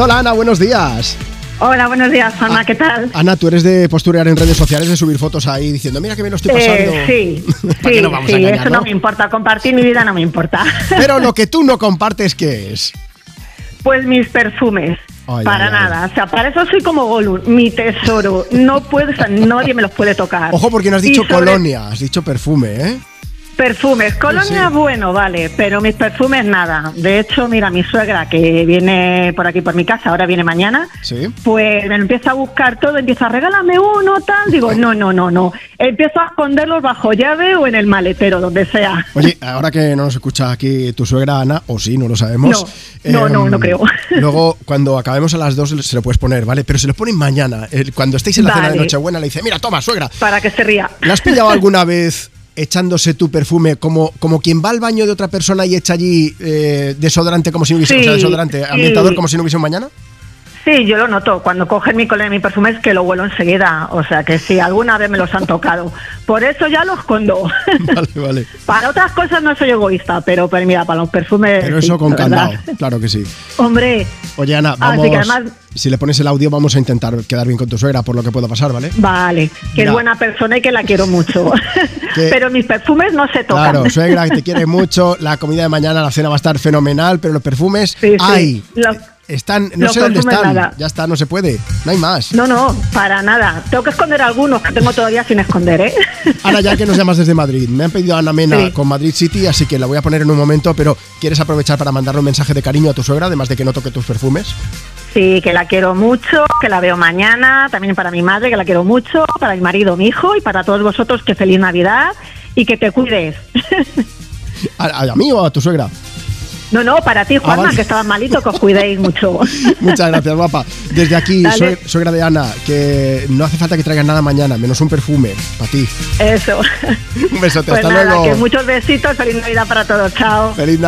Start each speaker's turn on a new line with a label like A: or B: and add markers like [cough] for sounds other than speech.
A: Hola Ana, buenos días.
B: Hola, buenos días,
A: Ah,
B: Ana, ¿qué tal?
A: Ana, tú eres de posturear en redes sociales, de subir fotos ahí diciendo, mira que me lo estoy pasando.
B: Eh, sí,
A: [laughs] ¿Para
B: sí,
A: qué nos vamos
B: sí,
A: a engañar,
B: eso
A: no?
B: no me importa, compartir mi vida no me importa. [laughs]
A: Pero lo que tú no compartes, ¿qué es?
B: Pues mis perfumes.
A: Ay,
B: para
A: ay, ay.
B: nada, o sea, para eso soy como Gollum, mi tesoro. No puedes, nadie me los puede tocar.
A: Ojo, porque no has
B: Ah, Y
A: dicho
B: sobre
A: colonia, has dicho perfume, ¿eh?
B: Perfumes, colonia
A: Sí.
B: bueno, vale, pero mis perfumes nada. De hecho, mira, mi suegra que viene por aquí por mi casa, ahora viene mañana,
A: Sí.
B: Pues me lo empieza a buscar todo, empieza a regálame uno, tal. Digo, no, no, no, no. Empiezo a esconderlos bajo llave o en el maletero, donde sea.
A: Oye, ahora que no nos escucha aquí tu suegra Ana, o sí, no lo sabemos. em,
B: No, no, no, no creo.
A: [laughs] Luego, cuando acabemos a las dos, se lo puedes poner, ¿vale? Pero se lo ponen mañana. El- Cuando estéis en la cena de
B: Vale.
A: Nochebuena, le dice, mira, toma, suegra.
B: Para que se ría.
A: ¿La has pillado alguna vez echándose tu perfume como, como quien va al baño de otra persona y echa allí eh, desodorante como si no hubiese, o sea,
B: Sí,
A: desodorante,
B: sí.
A: ambientador como si no hubiese un
B: [laughs]
A: mañana?
B: Sí, yo lo noto. Cuando cogen mi cola de mi perfume es que lo huelo enseguida. O sea que sí, alguna vez me los han tocado. Por eso ya los escondo. [laughs]
A: Vale, vale.
B: Para otras cosas no soy egoísta, pero, pero mira, para los perfumes.
A: Pero
B: sí,
A: eso con
B: la verdad.
A: candado, claro que sí.
B: Hombre,
A: Oye, Ana, vamos.
B: que además-
A: Si le pones el audio, vamos a intentar quedar bien con tu suegra por lo que pueda pasar, ¿vale?
B: vale, que
A: Mira.
B: es buena persona y que la quiero mucho.
A: [laughs] Que-
B: pero mis perfumes no se tocan.
A: Claro,
B: [laughs]
A: suegra, que te quiere mucho. La comida de mañana, la cena va a estar fenomenal, pero los perfumes,
B: Sí, sí.
A: ¡ay!
B: Los-
A: están, no
B: los
A: sé dónde
B: perfumes
A: están.
B: nada.
A: Ya está, no se puede. No hay más.
B: No, no, para nada. Tengo que esconder algunos que tengo todavía sin esconder, ¿eh? [laughs]
A: Ahora ya que nos llamas desde Madrid, me han pedido a Ana Mena
B: Sí.
A: con Madrid City, así que la voy a poner en un momento, pero ¿quieres aprovechar para mandarle un mensaje de cariño a tu suegra, además de que no toque tus perfumes?
B: Sí, que la quiero mucho, que la veo mañana, también para mi madre, que la quiero mucho, para mi marido, mi hijo y para todos vosotros, que feliz Navidad y que te cuides. [laughs]
A: ¿A, a- a mí o a tu suegra?
B: No, no, para ti, Juanma,
A: vale.
B: que estabas malito, que os
A: [laughs]
B: cuidéis mucho.
A: Muchas gracias, guapa. Desde aquí,
B: Dale.
A: sueg- suegra de Ana, que no hace falta que traigas nada mañana, menos un perfume, para ti.
B: Eso.
A: Un besote,
B: Pues
A: hasta
B: nada,
A: luego.
B: que muchos besitos, feliz Navidad para todos, chao.
A: Feliz Navidad.